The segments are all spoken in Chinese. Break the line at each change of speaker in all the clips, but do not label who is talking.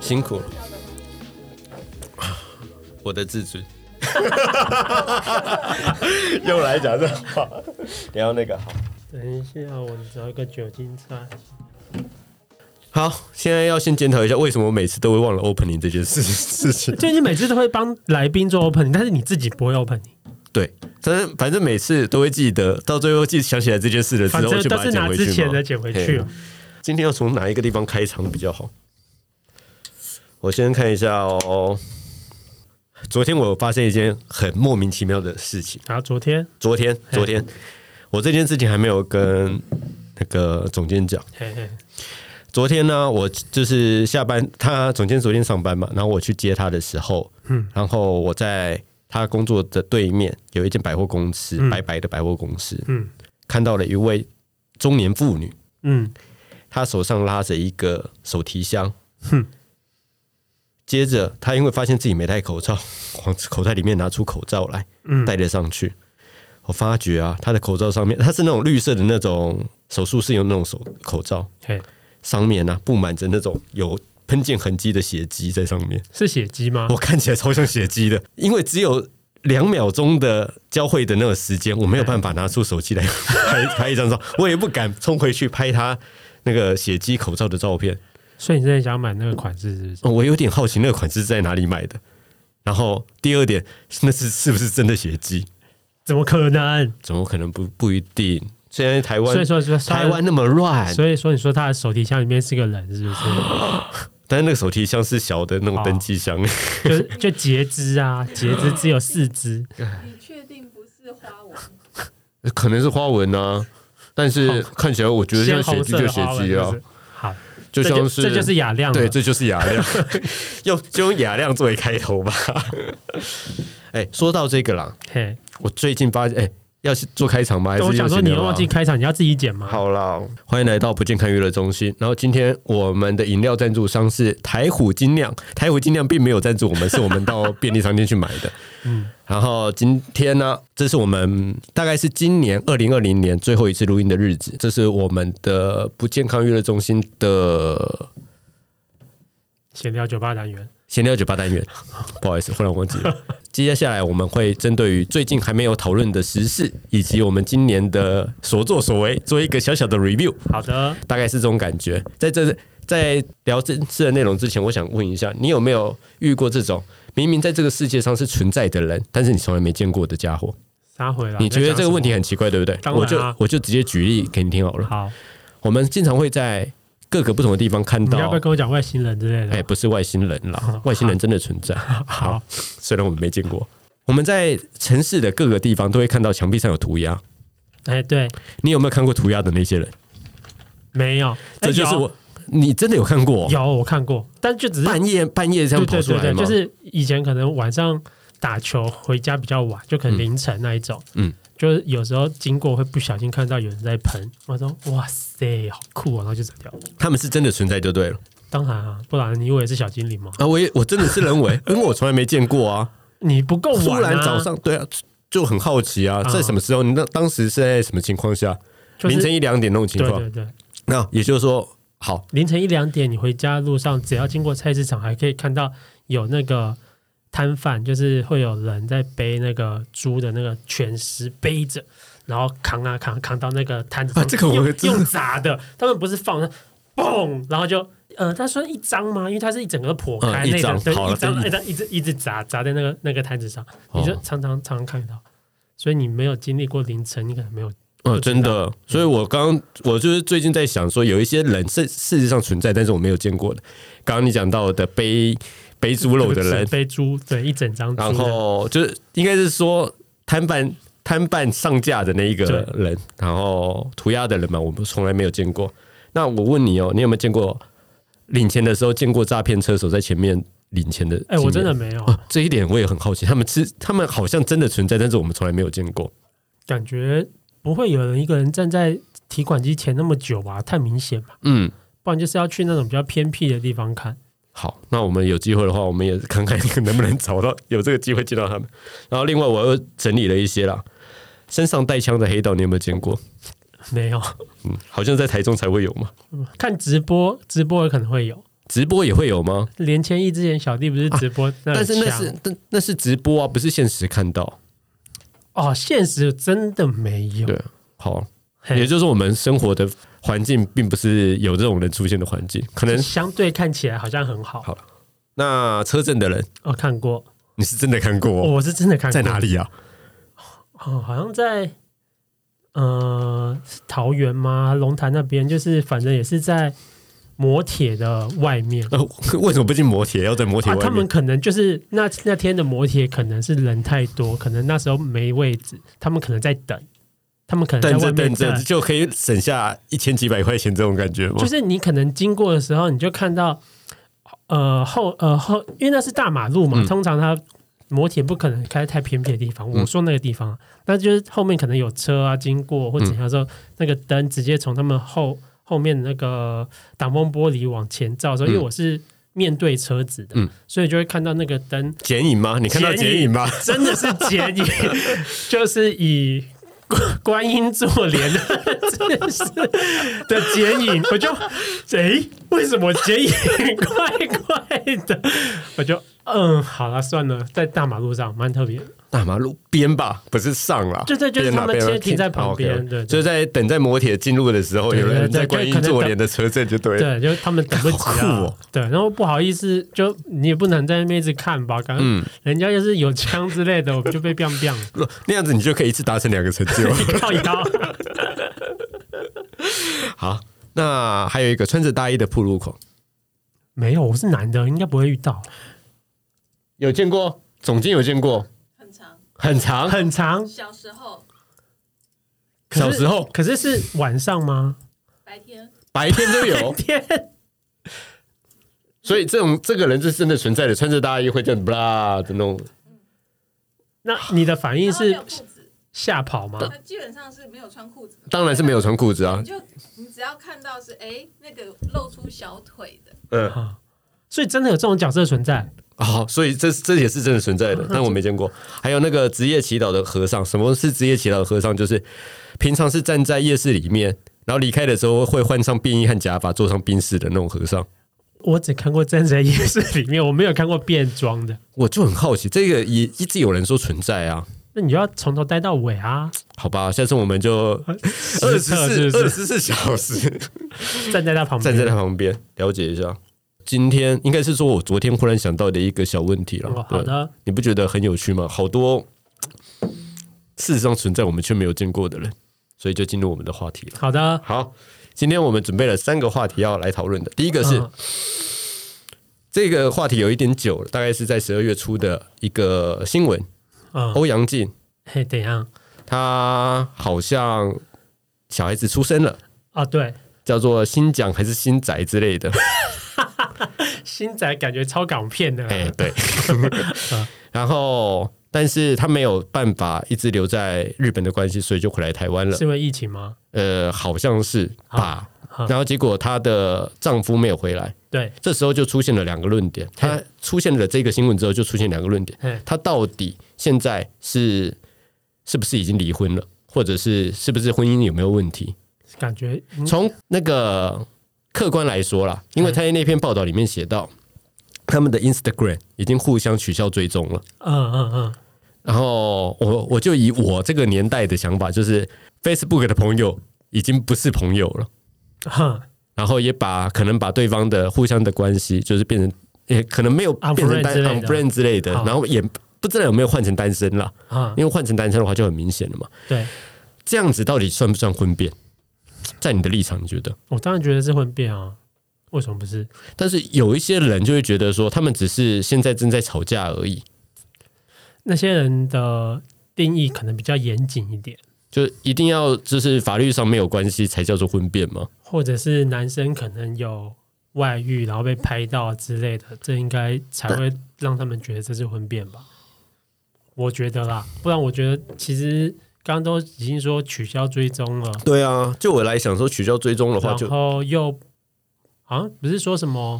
辛苦了， 我的自尊。又来讲这种话，然后那个好。
等一下，我找一个酒精擦。
好，现在要先检讨一下，为什么我每次都会忘了 opening 这件事事情。
就你每次都会帮来宾做 opening，但是你自己不会 opening，
对，反正反正每次都会记得，到最后记想起来这件事的时
反
候，
正
就
都
把它
是
捡
拿
回
之
去
前
嘛。
的捡回去哦。
今天要从哪一个地方开场比较好？我先看一下哦。昨天我发现一件很莫名其妙的事情。
然后昨天，
昨天，昨天我这件事情还没有跟那个总监讲。
嘿嘿，
昨天呢，我就是下班，他总监昨天上班嘛，然后我去接他的时候，嗯，然后我在他工作的对面有一间百货公司，白白的百货公司，
嗯
看到了一位中年妇女，
嗯，
她手上拉着一个手提箱，哼。接着，她因为发现自己没戴口罩， 往口袋里面拿出口罩来，
嗯
戴了上去。我发觉啊，她的口罩上面，它是那种绿色的那种手术室有那种手口罩，
嘿，
上面呢、布满着那种有喷溅痕迹的血迹在上面，
是血迹吗？
我看起来超像血迹的，因为只有两秒钟的交汇的那个时间，我没有办法拿出手机来 拍拍一张照，我也不敢冲回去拍他那个血迹口罩的照片。
所以你真的想买那个款式是不是？
哦我有点好奇那个款式在哪里买的。然后第二点，那是是不是真的血迹？
怎么可能？
怎么可能不不一定？现在台湾
所以说说
台湾，那么乱，
所以说你说他的手提箱里面是个人是不 是？
但是那个手提箱是小的那种
哦
登机箱。
就就截肢啊，截肢只有四肢，
你确定不是花纹？
可能是花纹啊，但是看起来我觉得像
鲜红
血迹
色
就
的
血
花纹
迹啊
是，不是好，
就
这
像是
这就是雅亮了
对，这就是雅亮， 用就用雅亮作为开头吧。 哎，说到这个啦，
嘿，
我最近发现，哎，要是做开场吗？还是
我想
又
说
闲
你
聊啊
忘记开场，你要自己剪吗？
好啦， 欢迎来到不健康娱乐中心。然后今天我们的饮料赞助商是台虎精酿，台虎精酿并没有赞助我们，是我们到便利商店去买 的。嗯，然后今天呢，这是我们大概是今年二零二零年最后一次录音的日子，这是我们的不健康娱乐中心的
闲聊酒吧单元，
闲聊酒吧单 元。不好意思，忽然忘记了。接下来我们会针对于最近还没有讨论的时事，以及我们今年的所作所为，做一个小小的 review。
好的，
大概是这种感觉。在这在聊正式的内容之前，我想问一下，你有没有遇过这种明明在这个世界上是存在的人，但是你从来没见过的家伙？
杀回来。
你觉得这个问题很奇怪，对不对？
啊当
我
然
就
啊
我就直接举例给你听好了。
好？
我们经常会在各个不同的地方看
你要不
到
要，跟我讲外星人之类的？
哎，不是外星人啦， 外星人真的存在，
好，
虽然我们没见过。我们在城市的各个地方都会看到墙壁上有涂鸦，
哎，对，
你有没有看过涂鸦的那些人？
没有，哎
这就是
有
我，你真的有看过哦？
有我看过，但就只是
半夜半夜这样
对
跑
对
出
对
来
对，
吗？
就是以前可能晚上打球回家比较晚，就可能凌晨那一种，
嗯，
就是有时候经过会不小心看到有人在喷，我说哇塞，好酷哦，然后就走掉。
他们是真的存在就对了。
当然啊，不然你以为是小精灵吗？
啊，我也我真的是 认为，因为我从来没见过啊。
你不够
突
晚、啊，
然早上，对啊，就很好奇啊，
啊
在什么时候？你那当时是在什么情况下？
就是
凌晨一两点那种情
对
况。
对对，
那也就是说，好，
凌晨一两点，你回家路上只要经过菜市场，还可以看到有那个摊贩，就是会有人在背那个猪的那个全尸背着，然后扛啊扛，扛到那个摊子上、
啊这个我
用
真的
用砸的，他们不是放，嘣，然后就。呃，他说一张吗？因为它是一整个破开
嗯
那
一张
种，对，
好了
一张，
这
一张，一直一直砸砸在那个那个摊子上，你就
哦
常常常常看到，所以你没有经历过凌晨，你可能没有不
呃，
知道
真的，所以我刚我就是最近在想说，有一些人是事实上存在，但是我没有见过的。刚刚你讲到的背背猪肉的人，
背猪，对，一整张猪的，
然后就是应该是说摊贩摊贩上架的那一个
对
人，然后涂鸦的人嘛，我们从来没有见过。那我问你哦，你有没有见过领钱的时候见过诈骗车手在前面领钱的经
哎、
验？
我真的没 有，
啊这一点我也很好奇，他们是他们好像真的存在，但是我们从来没有见过。
感觉不会有人一个人站在提款机前那么久吧，太明显吧。
嗯，
不然就是要去那种比较偏僻的地方看。
好，那我们有机会的话，我们也看看能不能找到有这个机会见到他们。然后另外我又整理了一些啦，身上带枪的黑道你有没有见过？
没有
嗯，好像在台中才会有嘛。
看直播，直播也可能会有。
直播也会有吗？
连千亿之前小弟不是直播，
但是那
很
是
强
那那是直播啊，不是现实看到。
哦，现实真的没有
对，好，
嘿，
也就是我们生活的环境并不是有这种人出现的环境，可能
相对看起来好像很好
好。那车震的人，
我看过，哦
你是真的看过、
我是真的看过
在哪？里啊？
哦，好像在呃是桃园吗？龙潭那边，就是反正也是在摩铁的外面。
呃，为什么不进摩铁，要在摩铁
啊，
外
他
面？
们可能就是那那天的摩铁可能是人太多，可能那时候没位置，他们可能在等，他们可能在
等
外
着
面
等着就可以省下一千几百块钱，这种感觉吗？
就是你可能经过的时候，你就看到，呃后呃后，因为那是大马路嘛，
嗯
通常它摩铁不可能开太偏僻的地方。
嗯
我说那个地方啊，那就是后面可能有车啊经过或怎样的
嗯
时候，那个灯直接从他们后后面那个挡风玻璃往前照的时候，因为
嗯
我是面对车子的，
嗯
所以就会看到那个灯
剪影吗？你看到剪影 吗？
真的是剪 影，就是以观观音坐莲的姿势的剪影，我就诶、为什么剪影怪怪的？我就嗯，好了，算了，在大马路上蛮特别的，
大马路边吧，不是上啦。
对对就是
边啦
他
啊
们
边啦
先停在
停
旁边
哦，OK，OK
对对
就是在等在摩铁进入的时候，
对
有
对
人
对
在观
就
音
可能
坐莲的车阵就对了。
对，就是他们等不及
好酷
啊，
哦
对，然后不好意思，就你也不能在那边一直看吧，感
嗯
觉人家要是有枪之类的，我们就被 biang biang
不那样子你就可以一次达成两个成 就。
靠腰。
好，那还有一个穿着大衣的铺路口，
没有，我是男的，应该不会遇到，
有见过？总监有见过？
很长。
很长，
很长，
小时候，
可是
小时候
可是是晚上吗？，
白天
白天都有
天。
所以这种这个人是真的存在的，穿着大衣会这样 blah 的那种。
那你的反应
然后没
是
有裤子，
吓跑吗？
他基本上是没有穿裤子的。
当然是没有穿裤子啊
你，就你只要看到是哎、那个露出小腿的，
嗯，
啊，所以真的有这种角色存在？
哦，所以这这也是真的存在 的，但我没见过。还有那个职业祈祷的和尚，什么是职业祈祷的和尚？就是平常是站在夜市里面，然后离开的时候会换上便衣和假发，坐上冰室的那种和尚。
我只看过真实的夜市里面，我没有看过变装的。
我就很好奇，这个也一直有人说存在啊。
那你就要从头待到尾啊！
好吧，下次我们就
实
二十
测是
四
不
二
是
十四小时
嗯
嗯
站在他旁边？
站在他旁边了解一下。今天应该是说我昨天忽然想到的一个小问题
哦
了。
好的，
你不觉得很有趣吗？好多事实上存在我们却没有见过的人，所以就进入我们的话题了。
好的。
好，今天我们准备了三个话题要来讨论的。第一个是、
嗯
这个话题有一点久了，大概是在十二月初的一个新闻，
嗯，
欧阳靖
嘿，怎样？
他好像小孩子出生了，
啊，对，
叫做新蒋还是新宅之类的。
新仔感觉超港片的。
哎、对。然后，但是他没有办法一直留在日本的关系，所以就回来台湾了
是。因为疫情吗？
呃，好像是吧。
好
然后结果她的丈夫没有回来，
对，
这时候就出现了两个论点。她出现了这个新闻之后，就出现两个论点
嘿：
她到底现在是是不是已经离婚了，或者是是不是婚姻有没有问题？
感觉嗯
从那个客观来说啦，因为她在那篇报道里面写到，他们的 Instagram 已经互相取消追踪了。
嗯嗯嗯，
然后我我就以我这个年代的想法，就是 Facebook 的朋友已经不是朋友了。
哼，
然后也把可能把对方的互相的关系，就是变成也可能没有
Unfriend
变成单
之类的
unfriend 之类的，
好
然后也不知道有没有换成单身啦，
啊，
因为换成单身的话就很明显了嘛。
对，
这样子到底算不算婚变？在你的立场，你觉得？
我当然觉得是会变啊，为什么不是？
但是有一些人就会觉得说，他们只是现在正在吵架而已，
那些人的定义可能比较严谨一点，
就一定要就是法律上没有关系才叫做婚变吗？
或者是男生可能有外遇，然后被拍到之类的，这应该才会让他们觉得这是婚变吧？我觉得啦，不然我觉得其实刚刚都已经说取消追踪了，
对啊，就我来想说，取消追踪的
然后又好像不是说什么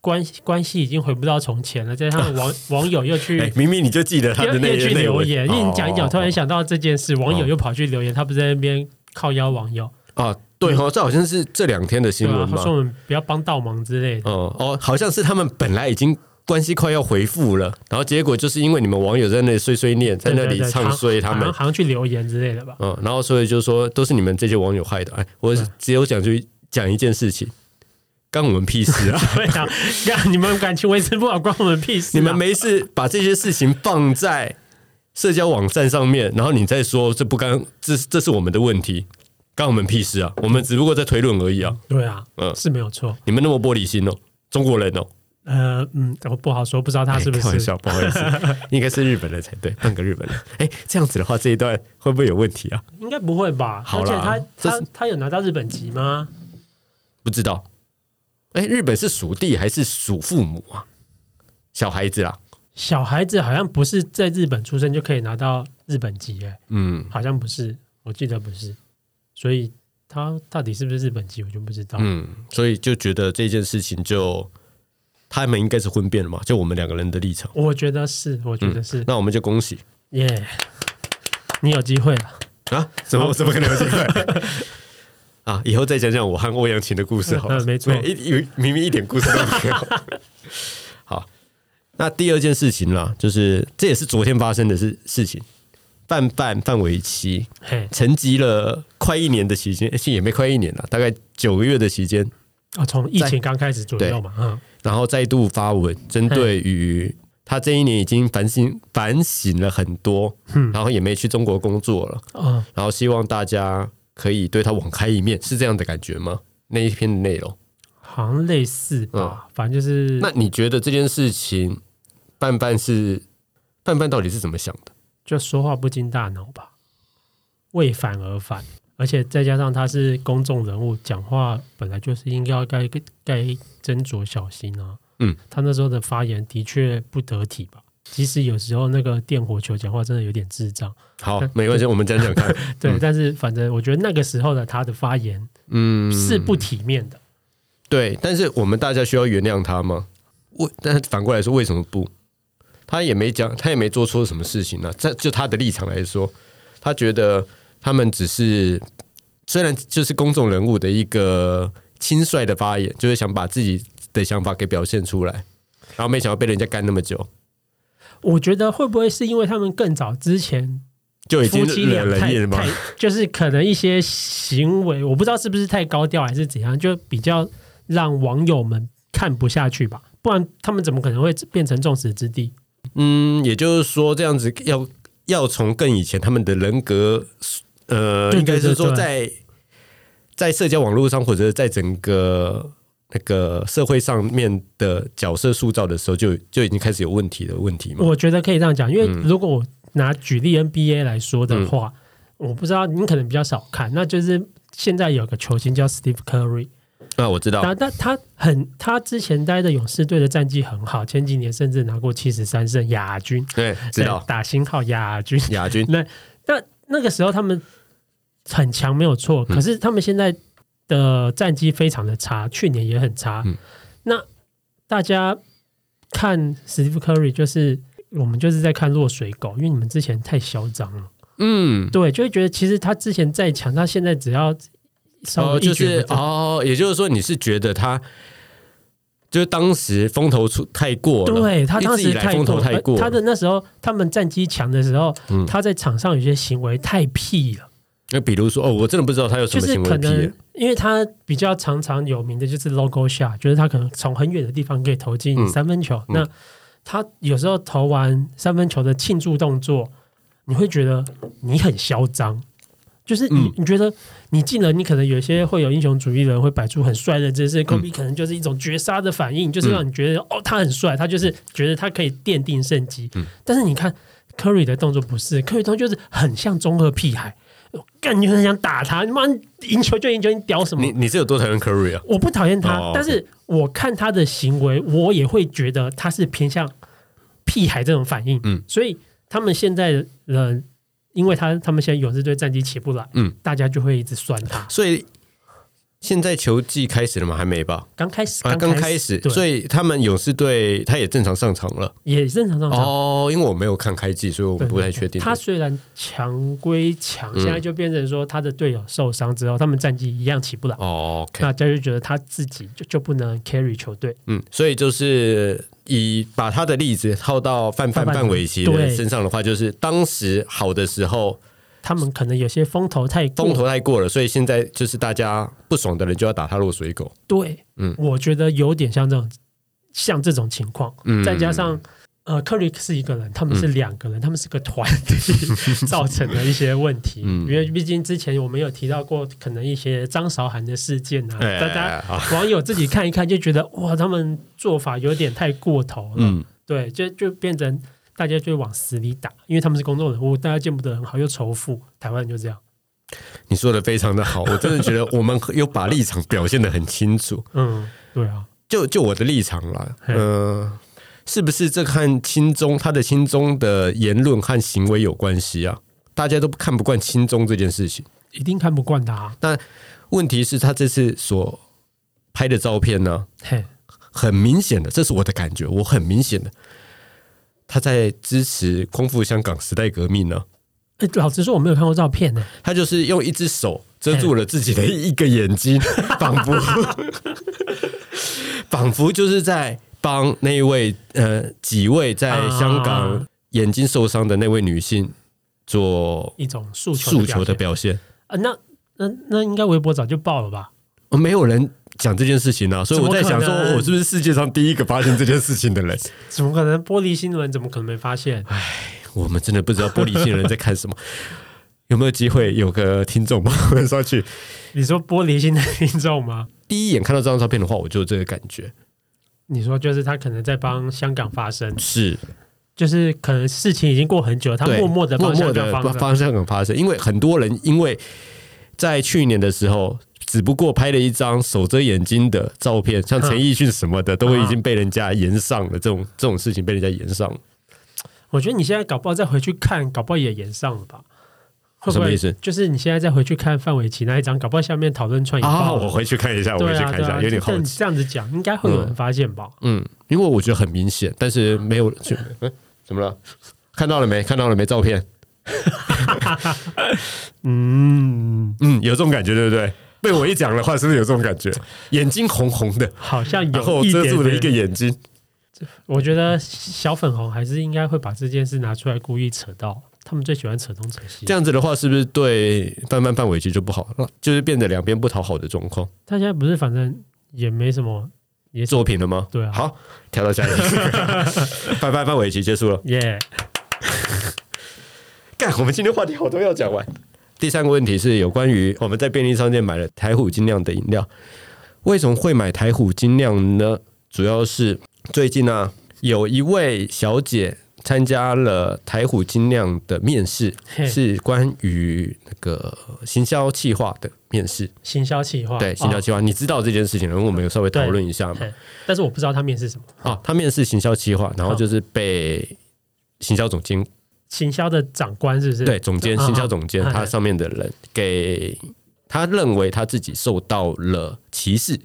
关系关系已经回不到从前了，再加上 网网友又去。
哎，明明你就记得他的那
又去
些
留言，因为你讲一讲，突然想到这件事，网
哦
友又跑去留言，他不是在那边靠邀网友，
啊，对哦，这好像是这两天的新
对啊，
闻
他
吧？
说我们不要帮倒忙之类的。
哦哦，好像是他们本来已经关系快要回复了，然后结果就是因为你们网友在那里碎碎念，在那
对
里
对对
唱衰他
好
们
像，好像去留言之类的吧。
嗯，然后所以就说都是你们这些网友害的。哎，我只有讲句讲一件事情，干我们屁事 啊！
对啊，干你们感情维持不好，关我们屁事、啊。
你们没事把这些事情放在社交网站上面，然后你再说这不干，这这是我们的问题，干我们屁事啊！我们只不过在推论而已啊！
对啊，
嗯
是没有错。
你们那么玻璃心哦，中国人哦，
呃，嗯，
哎
我不好说，不知道啊他是不
哎开玩
是。
笑，不好意思，应该是日本人才对，半个日本人。哎，这样子的话，这一段会不会有问题啊？
应该不会吧？
好
而且
啦
他
这
他
是
他有拿到日本籍吗？
不知道。哎，日本是属地还是属父母啊？小孩子啊啦，
小孩子好像不是在日本出生就可以拿到日本籍、欸，
嗯，
好像不是，我记得不是。所以他到底是不是日本籍，我就不知道。
嗯，所以就觉得这件事情就他们应该是婚变了嘛，就我们两个人的立场。
我觉得是，我觉得是，
那我们就恭喜
耶、你有机会了。
啊！怎
哦
么怎么可能有机 会啊？以后再讲讲我和欧阳琴的故事好了。
嗯 没错
一一明明一点故事都没有。 好，那第二件事情啦，就是这也是昨天发生的事事情。范范范玮琪
嘿，
沉寂了快一年的期间，其实也没快一年了，大概九个月的期间，
哦，从疫
在
情刚开始左右嘛，嗯，
然后再度发文，针对于他这一年已经反省反省了很多，
嗯
然后也没去中国工作了，
哦，
然后希望大家可以对他网开一面，是这样的感觉吗？那一篇的内容，
好像类似吧，反正就是
嗯那你觉得这件事情，范范是范范到底是怎么想的？
就说话不经大脑吧，为反而反，而且再加上他是公众人物，讲话本来就是应该要该该斟酌小心啊。
嗯，
他那时候的发言的确不得体吧。其实有时候那个电火球讲话真的有点智障，
好
嗯，
没关系，我们讲讲看。
对，
嗯
但是反正我觉得那个时候的他的发言
嗯，
是不体面的，
对，但是我们大家需要原谅他吗？为，但是反过来说，为什么不？他也没讲，他也没做错什么事情呢、啊。在就他的立场来说，他觉得他们只是虽然就是公众人物的一个轻率的发言，就是想把自己的想法给表现出来，然后没想到被人家干那么久，
我觉得会不会是因为他们更早之前
就已经
夫妻俩
冷人
太
厌了
太
嘛。
就是可能一些行为，我不知道是不是太高调还是怎样，就比较让网友们看不下去吧。不然他们怎么可能会变成众矢之的？
嗯，也就是说，这样子要要从更以前他们的人格，呃，
对对
应该是说
对对
在在社交网络上，或者是在整个那个社会上面的角色塑造的时候就，就已经开始有问题的问题嘛。
我觉得可以这样讲，因为
嗯
如果我拿举例 NBA 来说的话，我不知道你可能比较少看，那就是现在有个球星叫 Steve Curry，
啊，我知道，
那那他很他之前待的勇士队的战绩很好，前几年甚至拿过七十三胜亚军，
对，知道
打星号亚军，
亚军，
那那那个时候他们很强没有错，
嗯
可是他们现在的战绩非常的差，去年也很差。
嗯
那大家看史蒂夫·科瑞，就是我们就是在看落水狗，因为你们之前太嚣张了，
嗯，
对，就会觉得其实他之前再强，他现在只要稍
哦，
微一
就
蹶
是
不振。
哦，也就是说，你是觉得他就是当时风头出太过了，
对他
哦一
当
直以
时
来
太
风头
过
太
呃
过
他的那时候他们战绩强的时候，
嗯
他在场上有些行为太屁了。
那比如说，哦，我真的不知道他有
就
什么
是
行为
可
癖耶
能，因为他比较常常有名的就是 logo shot，就是他可能从很远的地方可以投进
嗯
三分球。那他有时候投完三分球的庆祝动作，你会觉得你很嚣张，就是你、
嗯
你觉得你进了，你可能有些会有英雄主义的人会摆出很帅的
嗯
姿势，科比可能就是一种绝杀的反应，就是让你觉得、哦他很帅，他就是觉得他可以奠定胜机。
嗯
但是你看 Curry 的动作不是，Curry 的动作就是很像中二屁孩。我感觉很想打他，你妈赢球就赢球，你屌什么
你？你是有多讨厌 Curry 啊？
我不讨厌他，
哦
但是我看他的行为，我也会觉得他是偏向屁孩这种反应。
嗯
所以他们现在的人，因为他他们现在勇士队战绩起不来，
嗯，
大家就会一直酸他。
所以现在球季开始了吗？还没吧？
刚开始
啊，刚开始，所
以
以他们勇士队他也正常上场了。
也正常上场。
哦，因为我没有看开季，所以我
对
不太确定。嗯
他虽然强归强，现在就变成说他的队友受伤之后，他们战绩一样起不来。
哦，OK，
那大家就觉得他自己就就不能 carry 球队，
嗯，所以就是以把他的例子套到范范
范范
范玮琪
对
的身上的话，就是当时好的时候
他们可能有些风头太过。
风头太过了，所以现在就是大家不爽的人就要打他落水狗。
对，
嗯
我觉得有点像这种像这种情况，
嗯
再加上。呃，克里克是一个人，他们是两个人，他们是个团 体造成的一些问题。
嗯
因为毕竟之前我们有提到过，可能一些张韶涵的事件啊，
哎
大家
好
网友自己看一看就觉得哇，他们做法有点太过头了。
嗯，
对，就就变成大家就往死里打，因为他们是公众人物，大家见不得很好，又仇富，台湾就这样。
你说的非常的好，我真的觉得我们有把立场表现的很清楚。
嗯，对啊，
就就我的立场啦，
嘿
嗯，是不是这和亲中他的亲中的言论和行为有关系啊？大家都看不惯亲中这件事情。
一定看不惯他、啊。
问题是，他这次所拍的照片呢、
嘿，
很明显的，这是我的感觉，我很明显的，他在支持光复香港时代革命呢、
诶哎老实说，我没有看过照片呢、
他就是用一只手遮住了自己的一个眼睛， 仿佛仿佛就是在帮那位呃几位在香
啊
港眼睛受伤的那位女性做
一种诉求
诉求的
表
表现。
啊，那那那应该微博早就爆了吧？
哦没有人讲这件事情啊，所以我在想
怎
说
么可能，
我是不是世界上第一个发现这件事情的人？
怎么可能？玻璃新闻怎么可能没发现？
我们真的不知道玻璃心人在看什么。 有没有机会有个听众帮我们上去？
你说玻璃心的听众吗？
第一眼看到这张照片的话，我就有这个感觉
你说就是他可能在帮香港发声，
是
就是可能事情已经过很久，他
对
默默的
默
帮
默
香港
的
发声。
方向感发生，因为很多人因为在去年的时候，只不过拍了一张手遮眼睛的照片，像陈奕迅什么的，都已经被人家延上了。这种
啊
这种事情被人家延上了，
我觉得你现在搞不好再回去看，搞不好也延上了吧？会不
什
会
么意思？
就是你现在再回去看范玮琪那一张，搞不好下面讨论串也
啊，
爆
我
了。
回去看一下，我
哎对
回去
啊，
看一
对
下，
啊，
有点
就
好
你
奇。
这样子讲，应该会有人发现吧？
嗯，因为我觉得很明显，但
啊
是没有就、嗯、怎么了？看到了没？看到了没？照片，
嗯，
嗯，有这种感觉，对不对？被我一讲的话，是不是有这种感觉？眼睛红红的，
好像
然后
有一
遮
点
住了一个
点。
眼睛。
我觉得小粉红还是应该会把这件事拿出来故意扯到，他们最喜欢扯东扯西。
这样子的话，是不是对范范范玮琪就不好了？就是变得两边不讨好的状况。
他现在不是反正也没什么，也
作品了吗？
对啊
好，跳到 下一个。范范范玮琪结束了。
耶
干，我们今天话题好多要讲完。第三个问题是有关于我们在便利商店买了台虎精酿的饮料，为什么会买台虎精酿呢？主要是最近啊，有一位小姐参加了台虎精酿的面试，
嘿
是关于那个行销企划的面试。
行销企划
对，行销
哦
计划，你知道这件事情了，因为我们有稍微讨论一下嘛。
嘿但是我不知道他面试什么。
啊，他面试行销计划，然后就是被行销总监，
行销的长官是不是？
对，总监，
啊
行销总监，
啊
他上面的人给他认为他自己受到了歧视，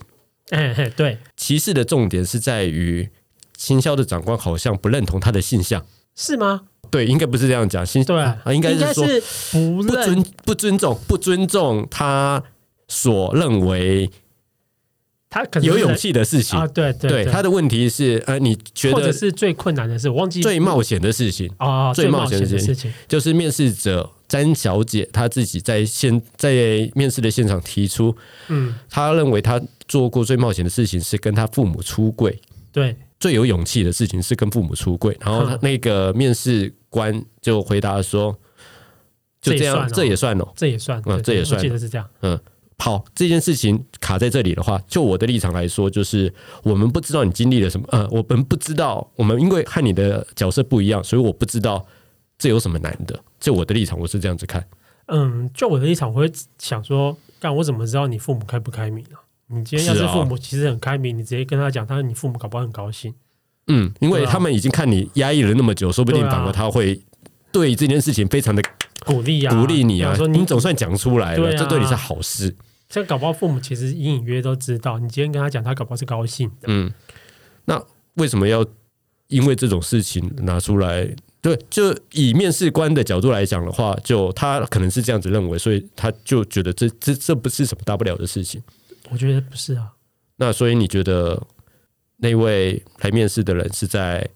哎嘿，对，
歧视的重点是在于行销的长官好像不认同他的性向。
是吗？
对，应该不是这样讲，性
对，
啊，应该是说
不
不
认
尊不尊重不尊重他所认为
他可能
有
是
勇气的事情
啊，。对对
对，他的问题是，呃，你觉
或者
得
是最困难的是，我忘记
最冒险的事情，
哦
最
最
冒
冒
险
险
的
的
事
事情，
就是面试者詹小姐她自己在现在面试的现场提出，
嗯，
她认为她做过最冒险的事情是跟她父母出柜，
对，
最有勇气的事情是跟父母出柜。然后她
嗯
那个面试官就回答说：“就这样，这
这
也
也
算哦。
这也算，对
这也
我
算
记得是这样，
好，这件事情卡在这里的话，就我的立场来说，就是我们不知道你经历了什么，呃，我们不知道，我们因为和你的角色不一样，所以我不知道这有什么难的。就我的立场，我是这样子看。
嗯，就我的立场，我会想说，干我怎么知道你父母开不开明啊？你今天要
是
是
啊
父母其实很开明，你直接跟他讲，他你父母搞不好很高兴，
嗯，因为
对啊
他们已经看你压抑了那么久，说不定
对啊
反而他会对这件事情非常的
鼓励啊，
鼓励你啊，
比方说
你
你
总算讲出来了，
对啊
这对你是好事。
这搞不好父母其实隐隐约都知道，你今天跟他讲，他搞不好是高兴的。
嗯，那为什么要因为这种事情拿出来？对，就以面试官的角度来讲的话，就他可能是这样子认为，所以他就觉得这这这不是什么大不了的事情。
我觉得不是啊，
那所以你觉得那位来面试的人是在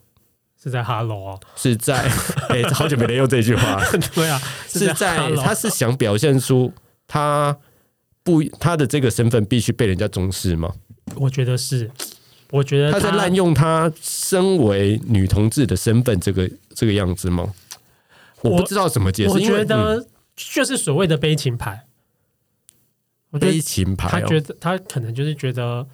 是在 Hello 啊，
是在？ 哎、好久没人用这句话，
对啊，
是在
Hello
他是想表现出他不他的这个身份必须被人家重视吗？
我觉得是，我觉得
他在滥用他身为女同志的身份这个这个样子吗？我
我
不知道怎么解释，
我
因
觉
为嗯
得就是所谓的悲情牌。我觉
悲
得
情
他
牌哦
觉得他可能就是觉得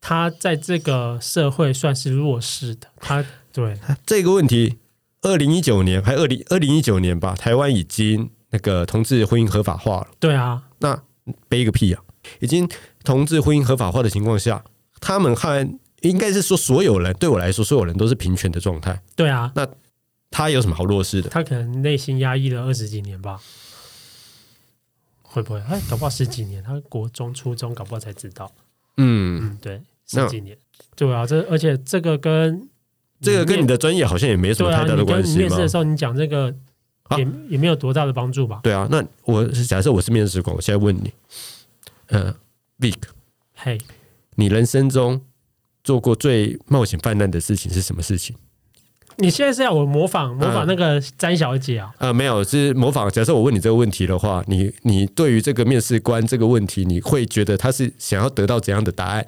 他在这个社会算是弱势的，他对
这个问题，二零一九年还二零二零一九年吧，台湾已经那个同志婚姻合法化了，
对啊，
那悲个屁啊！已经同志婚姻合法化的情况下，他们和应该是说所有人对我来说，所有人都是平权的状态，
对啊，
他有什么好弱势的？
他可能内心压抑了二十几年吧，会不会？哎，搞不好十几年，他国中、初中搞不好才知道。
嗯，
嗯，对，
那
十几年，对啊，这而且这个跟
这个跟你的专业好像也没什么
对啊，
太大
你
的关
跟你
系
面
嘛
试。的时候你讲这个
啊
也也没有多大的帮助吧？
对啊，那我假设我是面试官，我现在问你，呃，Vic，
嘿，
你人生中做过最冒险泛滥的事情是什么事情？
你现在是要我模仿模仿
嗯
那个詹小姐啊？
呃，没有，是模仿。假设我问你这个问题的话，你你对于这个面试官这个问题，你会觉得他是想要得到怎样的答案？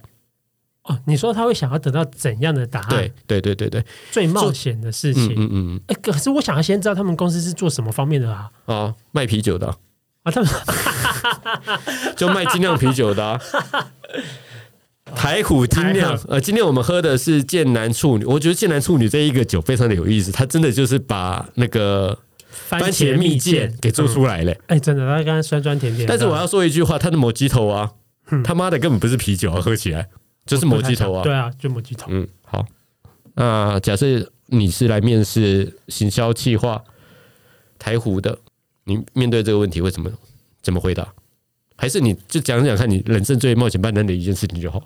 哦，你说他会想要得到怎样的答案
对？对对对对，
最冒险的事
嗯
情？
嗯嗯，
哎、可是我想要先知道他们公司是做什么方面的啊？
嗯哦，卖啤酒的啊、
啊，他们
就卖精酿啤酒的啊、台虎精酿
台，
呃，今天我们喝的是剑南处女，我觉得剑南处女这一个酒非常的有意思，它真的就是把那个
番
番茄蜜饯给做出来嘞。
哎、真的，他刚刚酸酸甜甜的。
但是我要说一句话，它的摩鸡头啊
嗯，
他妈的根本不是啤酒啊，喝起来就是摩鸡头啊。
对啊，就母鸡头。
嗯，好。那假设你是来面试行销企划台湖的，你面对这个问题会怎么怎么回答？还是你就讲讲看你人生最冒险办难的一件事情就好。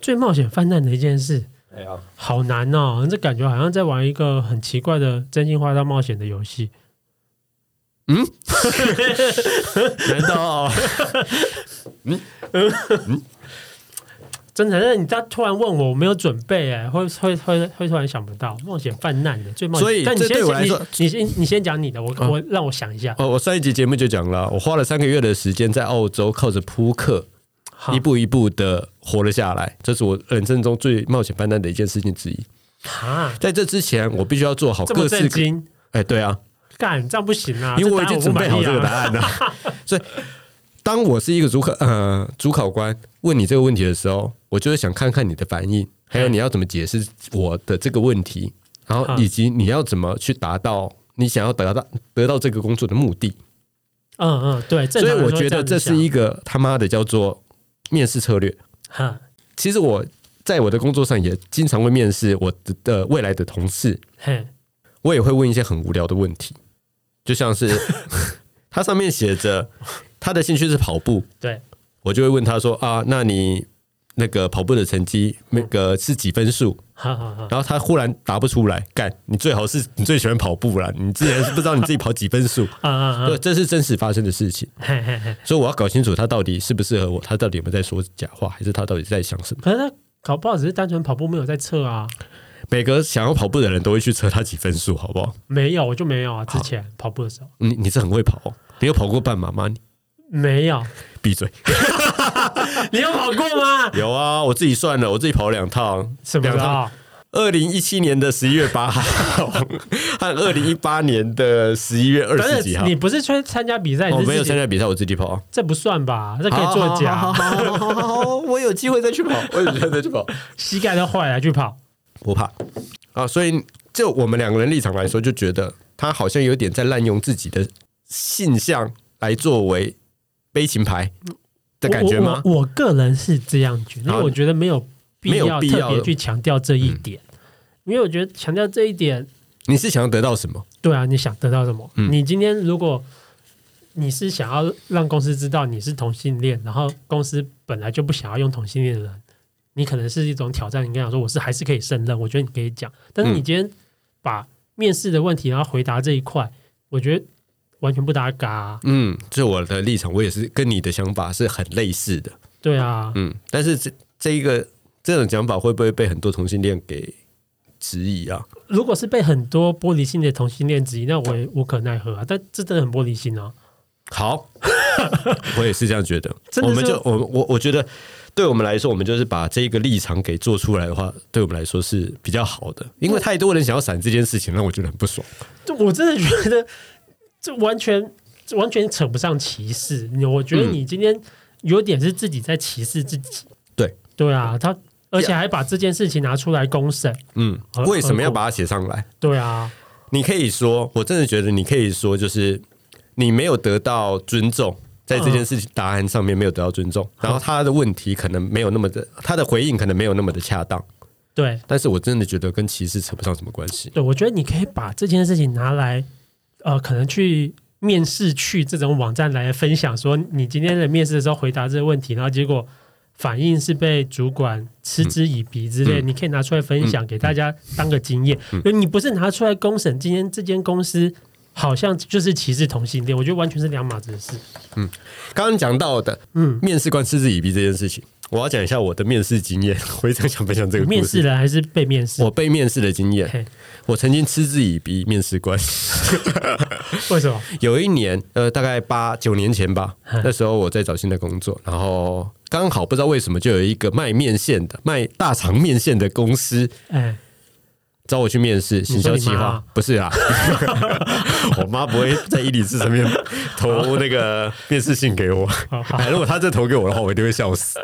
最冒险泛滥的一件事，
哎呀，
好难哦！这感觉好像在玩一个很奇怪的真心话大冒险的游戏。
难道
真的，那你这样突然问我，我没有准备哎，会会会会突然想不到冒险泛滥的最冒险。
所以
但你
这
先
对我来说
你你先你先讲你的，我、
啊
我让我想一下。
哦，我上一集节目就讲了，我花了三个月的时间在澳洲靠着扑克
好
一步一步的活了下来，这是我人生中最冒险泛滥的一件事情之一。
哈，
在这之前，我必须要做好
这么
各
震
式各
惊，
哎，对啊，
干这样不行啊！
因为
这
我已
答案
经准备好这个答
我
案了。 所以，当我是一个主考呃主考官问你这个问题的时候，我就是想看看你的反应，还有你要怎么解释我的这个问题，然后
好
以及你要怎么去达到你想要得到得到这个工作的目的。
不满意啊。嗯嗯，对，正
所以
常人
我
都会
觉
这
得
样
这
子
是一个他妈的叫做面试策略。
想哈
其实我在我的工作上也经常会面试我的的未来的同事，
嘿
我也会问一些很无聊的问题，就像是 他上面写着他的兴趣是跑步，
对
我就会问他说啊，那你那个跑步的成绩那个是几分数？
哈哈哈。
然后他忽然答不出来，干，你最好是你最喜欢跑步啦，你之前是不知道你自己跑几分数，
啊啊
对，
啊！
这是真实发生的事情，
嘿嘿嘿，
所以我要搞清楚他到底适不适合我，他到底有没有在说假话，还是他到底在想什么？
可是他搞不好只是单纯跑步没有在测啊，
每个想要跑步的人都会去测他几分数，好不好？
没有我就没有啊。之前跑步的时候
你你是很会跑、哦，你有跑过半马吗？你
没有，
闭嘴。
你有跑过吗？
有啊，我自己算了，我自己跑两趟，
什么
两
的
趟。
啊？
二零一七年的十一月 八号和二零一八年的十一月二
但
十几
是
号
你，不是去参加比赛，
我
你是
没有
自己
参加比赛，我自己跑啊。
这不算吧？这可以作
好
假，
好好好好好好好我有机会再去跑， 我有机会再去跑，
膝盖都坏了还去跑。
不怕啊。所以就我们两个人立场来说，就觉得他好像有点在滥用自己的性向来作为悲情牌的感觉吗？
我我我个人是这样觉得，因
好
为我觉得没有必
没有
要
必
特
要嗯
别
的
去强调这一点，因为我觉得强调这一点，
你是想要得到什么？
对啊，你想得到什么？
嗯
你今天如果你是想要让公司知道你是同性恋，然后公司本来就不想要用同性恋的人，你可能是一种挑战。你跟他说我是还是可以胜任，我觉得你可以讲。但是你
嗯
今天把面试的问题，然后回答这一块，我觉得完全不搭嘎啊、
嗯，这我的立场，我也是跟你的想法是很类似的。
对啊，
嗯，但是这这一个这种讲法会不会被很多同性恋给质疑啊？
如果是被很多玻璃心的同性恋质疑，那我也无可奈何啊。但这真的很玻璃心啊。
好，我也是这样觉得。
真的
我
是
们就我我我觉得，对我们来说，我们就是把这一个立场给做出来的话，对我们来说是比较好的。因
嗯
为太多人想要闪这件事情，让我觉得很不爽。
就我真的觉得 这完全这完全扯不上歧视。你我觉得你今天有点是自己在歧视自己。
对
对啊，他而且还把这件事情拿出来公审。
嗯
很，
为什么要
很酷
把它写上来？
对啊，
你可以说，我真的觉得你可以说，就是你没有得到尊重，在这
嗯
件事情答案上面没有得到尊重，然后他的问题可能没有那么的，他的回应可能没有那么的恰当。
对
但是我真的觉得跟歧视扯不上什么关系。
对，我觉得你可以把这件事情拿来，呃，可能去。面试去这种网站来分享，说你今天的面试的时候回答这个问题，然后结果反应是被主管嗤之以鼻之类，
嗯
你可以拿出来分享给大家当个经验。因为你不是拿出来公审，今天这间公司好像就是歧视同性恋，我觉得完全是两码子的事。
刚刚讲到的
嗯，
面试官嗤之以鼻这件事情，我要讲一下我的面试经验。 我一直想分享这个故事
面试人还是被面试？
我被面试的经验，
嘿
我曾经嗤之以鼻面试官。
为什么？
有一年，呃，大概八九年前吧
嗯，
那时候我在找新的工作，然后刚好不知道为什么就有一个卖面线的、卖大肠面线的公司
哎，
找我去面试行销
你
计
说你妈
划
啊，
不是啦，我妈不会在伊理智上面 投那个面试信给我。
好好
哎，如果她真投给我的话，我一定会笑死。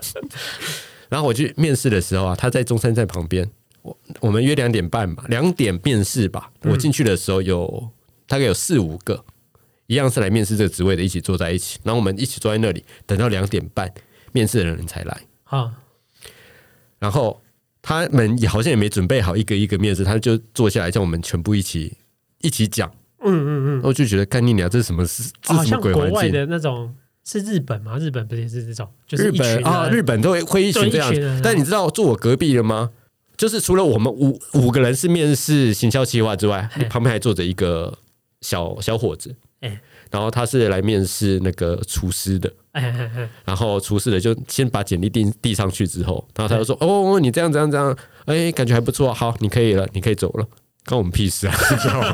然后我去面试的时候啊，她在中山站旁边，我我们约两点半吧，两点面试吧。
嗯
我进去的时候有大概有四五个，一样是来面试这个职位的，一起坐在一起。然后我们一起坐在那里，等到两点半，面试的人才来。
好，
然后他们也好像也没准备好一个一个面试，他就坐下来叫我们全部一起一起讲。
嗯嗯
然后我就觉得干你娘，这是什么事？
嗯，
这
好
是什
像
么鬼
国
环
外
境？
的那种是日本吗？日本不是也是这种，就是
日
一群
本啊、
人
日本都会会一群这样
对一群人啊。
子但你知道坐我隔壁了吗？就是除了我们五五个人是面试行销企划之外
嘿，
旁边还坐着一个小小伙子
哎。
然后他是来面试那个厨师的，
哎哎哎，
然后厨师的就先把简历递递上去之后，然后他就说：“哦，你这样这样这样，哎，感觉还不错，好，你可以了，你可以走了，关我们 屁事啊！”你知道吗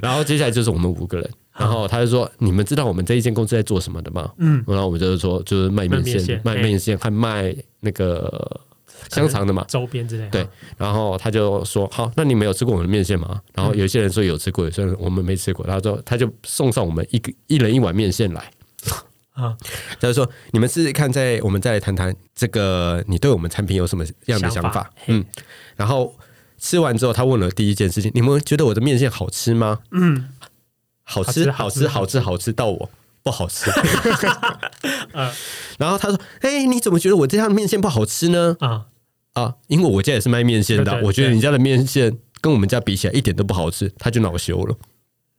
然后接下来就是我们五个人，然后他就说：“你们知道我们这一间公司在做什么的吗？”
嗯，
然后我们就是说，就是卖面线、
卖面线
卖
哎
面线和卖那个香肠的嘛。
周边之类的。
对然后他就说：“好，那你们有吃过我们的面线吗？”然
嗯
后有些人说有吃过，有些人我们没吃过。他说他就送上我们一个一人一碗面线来。
啊，
他就说：“你们试试看在，我们再来谈谈这个，你对我们产品有什么样的
想
想法？”
法嘿
嗯，然后吃完之后，他问了第一件事情：“你们觉得我的面线好吃吗？”嗯，好吃，好
好
吃，
吃
好
好
吃，好吃到我不好吃。
嗯
然后他说：“哎、你怎么觉得我这样的面线不好吃呢？
啊，
啊，因为我家也是卖面线的啊，
对对
我觉得
对
你家的面线跟我们家比起来一点都不好吃。”他就恼羞了，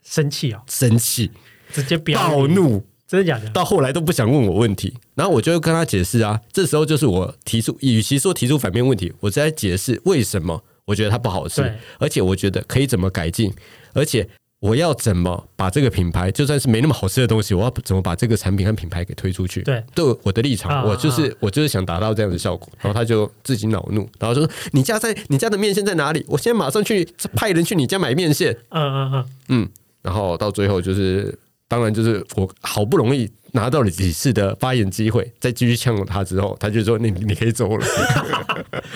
生气哦，
生气，
直接飙
暴
你，
怒。
真的假的？
到后来都不想问我问题，然后我就跟他解释啊，这时候就是我提出，与其说提出反面问题，我是在解释为什么我觉得它不好吃
对，
而且我觉得可以怎么改进，而且我要怎么把这个品牌，就算是没那么好吃的东西，我要怎么把这个产品和品牌给推出去？
对，
对我的立场，
啊哎
我就是、我就是想达到这样的效果，然后他就自己恼怒，然后就说你家在你家的面线在哪里？我现在马上去派人去你家买面线，
嗯嗯嗯，
嗯，然后到最后就是，当然就是我好不容易拿到了几次的发言机会，再继续呛他之后，他就说你你可以走了。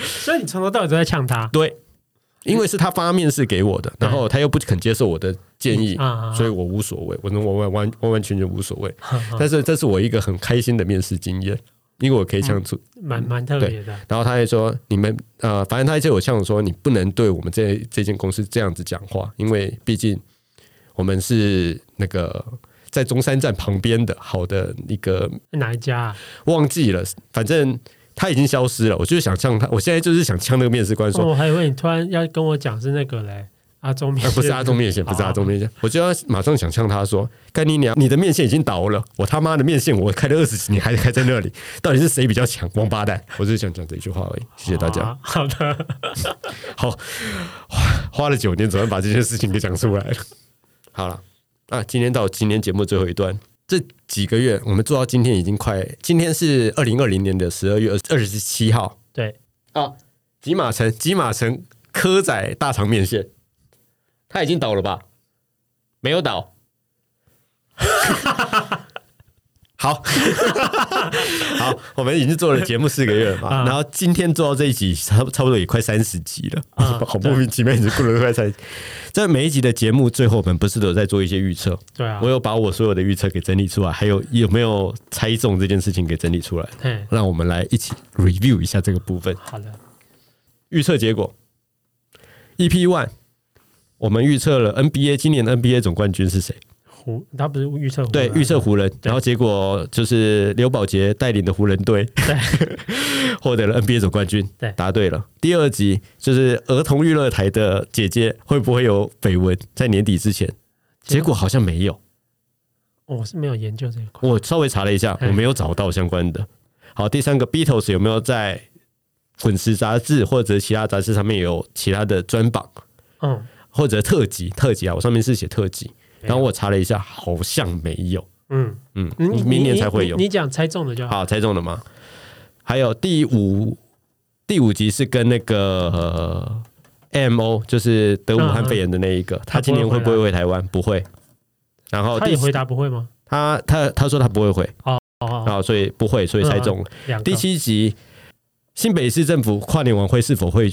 所以你从头到尾都在呛他
对，因为是他发面试给我的，然后他又不肯接受我的建议
啊啊，啊
所以我无所谓，我我完完完完全全无所谓。
哈哈，
但是这是我一个很开心的面试经验，因为我可以呛出
蛮蛮特别的。
然后他还说：“你们呃，反正他就有呛我说，你不能对我们这这间公司这样子讲话，因为毕竟我们是那个在中山站旁边的好的一个
哪一家啊？
忘记了，反正他已经消
哦
失了。我就是想呛他，我现在就是想呛那个面试官说，
哦我还以为你突然要跟我讲是那个嘞，阿忠面
啊，
线、
不是阿忠面线，不是阿忠面线，我就要马上想象他说：“干你娘，你的面线已经倒了，我他妈的面线我开了二十几年还开在那里，到底是谁比较强？王八蛋！”我只是想讲这一句话而已，谢谢大家。
啊好的，
好，花花了九年，总算把这件事情给讲出来了。好了，啊，今天到今天节目最后一段，这几个月我们做到今天已经快，今天是二零二零年的十二月二十七号
对，
啊，吉马城吉马城科仔大肠面线，它已经倒了吧？没有倒。 好 好，我们已经做了节目四个月了嘛，
啊
然后今天做到这一集，差不差不多也快三十集了，
啊
好莫名其妙，已经过了快三十。在每一集的节目最后，我们不是都有在做一些预测？
对啊
我，有把我所有的预测给整理出来，还有有没有猜中这件事情给整理出来，
嘿，
让我们来一起 review 一下这个部分。
好的，
预测结果，EP One，我们预测了 NBA 今年的 NBA 总冠军是谁？
湖，他不是预测湖
嗯对，
吗
预测湖人，然后结果就是刘宝杰带领的湖人队 获得了 NBA 总冠军，
对
答对了。第二集就是儿童娱乐台的姐姐会不会有绯闻，在年底之前，结果好像没有。
我哦是没有研究这一块，
我稍微查了一下，我
嗯
没有找到相关的。好，第三个 Beatles 有没有在《滚石》杂志或者其他杂志上面有其他的专榜
嗯，
或者特辑？特辑啊，我上面是写特辑，然后我查了一下，好像没有。
嗯，
嗯
你你，
明年
你
才会有
你。你讲猜中的就好，
好，猜中了吗？还有第五第五集是跟那个、呃、MO，就是得武汉肺炎的那一个，他今年会不会回台湾？不会。然后
他
第
也
七
回答不会吗？
他他他说他不会回，
哦哦，嗯
啊、所以不会，所以猜中了。
两个
第七集，新北市政府跨年晚会是否会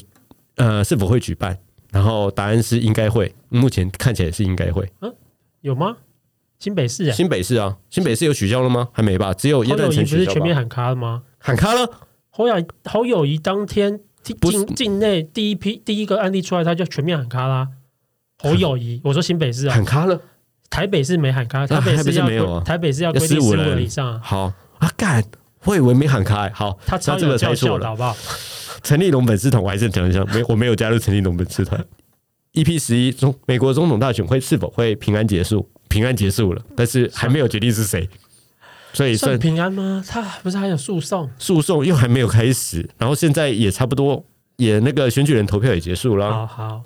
呃是否会举办？然后答案是应该会，目前看起来是应该会。
有吗？新北市哎，
新北市啊，新北市有取消了吗？还没吧，只有耶
侯
诞
友谊
城
不
取
是
消
全面
吧。
喊卡了吗？
喊卡了，
侯友侯友谊当天进
不是
境境内第一批第一个案例出来，他就全面喊卡啦。侯友谊， 我说新北市啊
喊，卡了，
台北市没喊卡，台北
台
市
北市
要
没有啊
规台北市要
要
规定
15
十五人
人
以上啊。
好啊，干。我以为没喊开，好，
他
那
超
这
有
个猜
教
错
效的啊
了。
好不好？
陈立农粉丝团，我还是讲一下，没我没有加入陈立农粉丝团。EP 十一中美国总统大选会是否会平安结束？平安结束了，但是还没有决定是谁，所以算
算平安吗？他不是还有诉讼
诉讼又还没有开始，然后现在也差不多，也那个选举人投票也结束了，
好好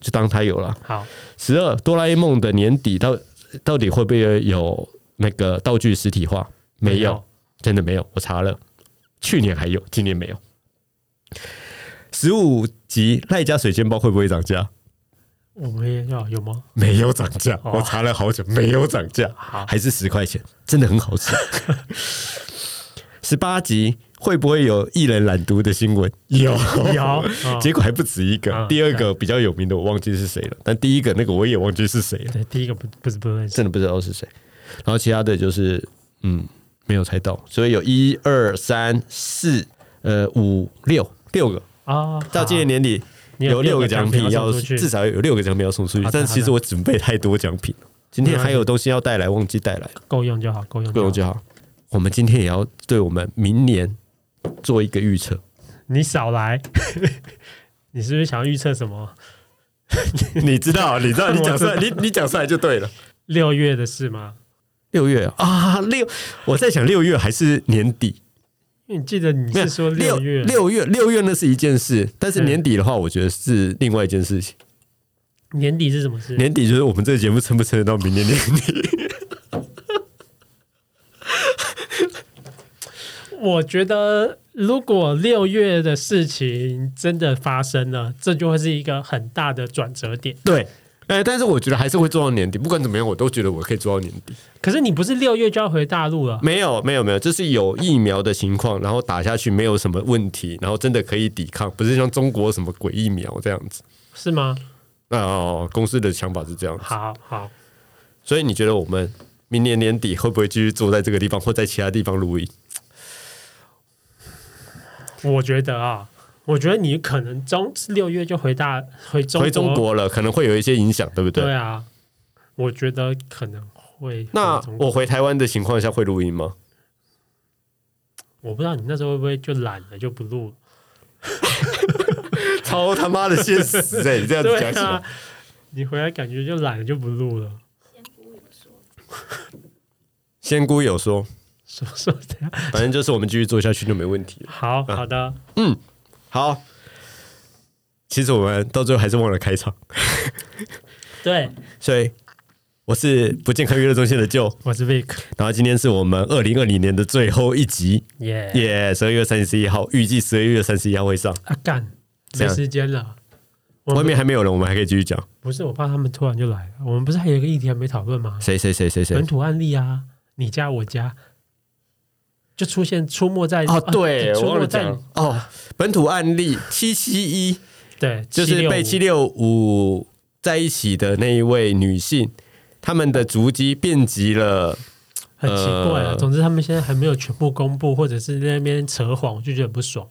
就当他有了。
好，
十二，哆啦 A 梦的年底到到底会不会有那个道具实体化？没有，真的没有，我查了，去年还有，今年没有。十五集赖家水煎包会不会涨价？
我们也要有吗？
没有涨价，
哦
我查了好久，没有涨价，
好
还是十块钱，真的很好 吃。十八集会不会有艺人懒读的新闻？ 有嗯
有，啊
结果还不止一个
啊。
第二个比较有名的我忘记是谁了，但第一个那个我也忘记是谁了，
哦对第一个不不是不认识，
真的不知道是谁。然后其他的就是嗯没有猜到，所以有一二三四呃五六六个，
啊，
到今年年底。
你有
有
六
六
个
个奖
奖品
品
要
要，
送出去
至少有六个奖品要送出去
好。的
但
好
其实
的
我准备太多奖品了，今天还有东西要带来，忘记带来了。
够用就好，够用
各种
就好。
就好。我们今天也要对我们明年做一个预测。
你少来， 你是不是想要预测什么
你知道，你知道，你讲出 来，
我
你你讲出来就对了。
六月的事吗？
六月啊，六，我在想六月还是年底？
因为你记得你
没有
是说
六
月，
六月六月那是一件事，但是
嗯
年底的话，我觉得是另外一件事情。
年底是什么事？
年底就是我们这个节目撑不撑得到明年年底？
我觉得如果六月的事情真的发生了，这就会是一个很大的转折点。
对。哎，但是我觉得还是会做到年底，不管怎么样，我都觉得我可以做到年底。
可是你不是六月就要回大陆了？
没有，没有，没有，就是有疫苗的情况，然后打下去没有什么问题，然后真的可以抵抗，不是像中国什么鬼疫苗这样子。
是吗？
那、哦、公司的想法是这样子，
好好，
所以你觉得我们明年年底会不会继续坐在这个地方，或在其他地方录音？
我觉得啊，我觉得你可能中六月就回大回中
回中国了，可能会有一些影响，对不对？
对啊，我觉得可能会回
那
中国
我回台湾的情况下会录音吗？
我不知道你那时候会不会就懒了就不录了。
超他妈的现实哎、你这样子
对
讲起来，
啊，你回来感觉就懒了，就不录了。
仙姑有
仙姑
说，
有说，
说说怎样？
反正就是我们继续做下去就没问题了。
好好的，
好，其实我们到最后还是忘了开场，
对，
所以我是不健康娱乐中心的舅，
我是 Vic，
然后今天是我们二零二零年的最后一集，
耶、
耶，十二月三十一号，预计十二月三十一号会上，
啊干，
怎
没
样
时间了。我
外
们
面还没有人，我们还可以继续讲。
不是，我怕他们突然就来了。我们不是还有一个议题还没讨论吗？
谁谁谁谁谁
本？土案例啊，你家我家，就出现出没在
哦，对，
出
我忘
没
了
在
讲哦，本土案例七七一。
对，
就是被
765
七六五在一起的那一位女性，他们的足迹遍及了。
很奇怪啊。
呃
总之，他们现在还没有全部公布，或者是在那边扯谎，我就觉得很不爽。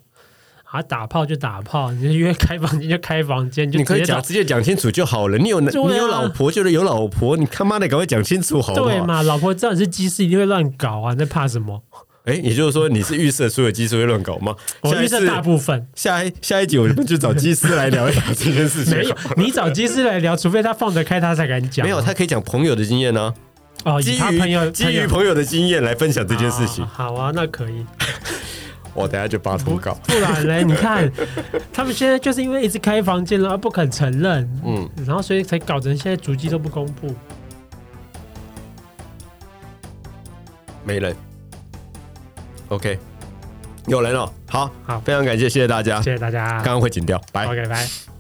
啊，打炮就打炮，你就约开房间就开房间，就
你可
直
以
接
讲
找
直接讲清楚就好了。你有男
对啊
你有老婆，就是有老婆，你他妈的赶快讲清楚好不
对
好？
嘛？老婆知道你是鸡是一定会乱搞啊，你在怕什么？
哎，也就是说你是预设所有技术会乱搞吗？
我
下
预
一
测
次
大部分
下一下一集我们就找技师来聊一聊这件事情。
没有，你找鸡是来聊，除非他放得开，他才敢讲啊。
没有，他可以讲朋友的经验呢，
哦，
基
以他朋友
于基于朋友的经验来分享这件事情
啊。好啊，那可以。
我等下就发通告。
不然嘞，你看， 他们现在就是因为一直开房间，然后不肯承认，
嗯，
然后所以才搞成现在足迹都不公布。
没人。OK，有人了。好，
好
非常感谢，谢谢大家。
谢谢大家
刚刚会剪掉，拜。
，OK，拜。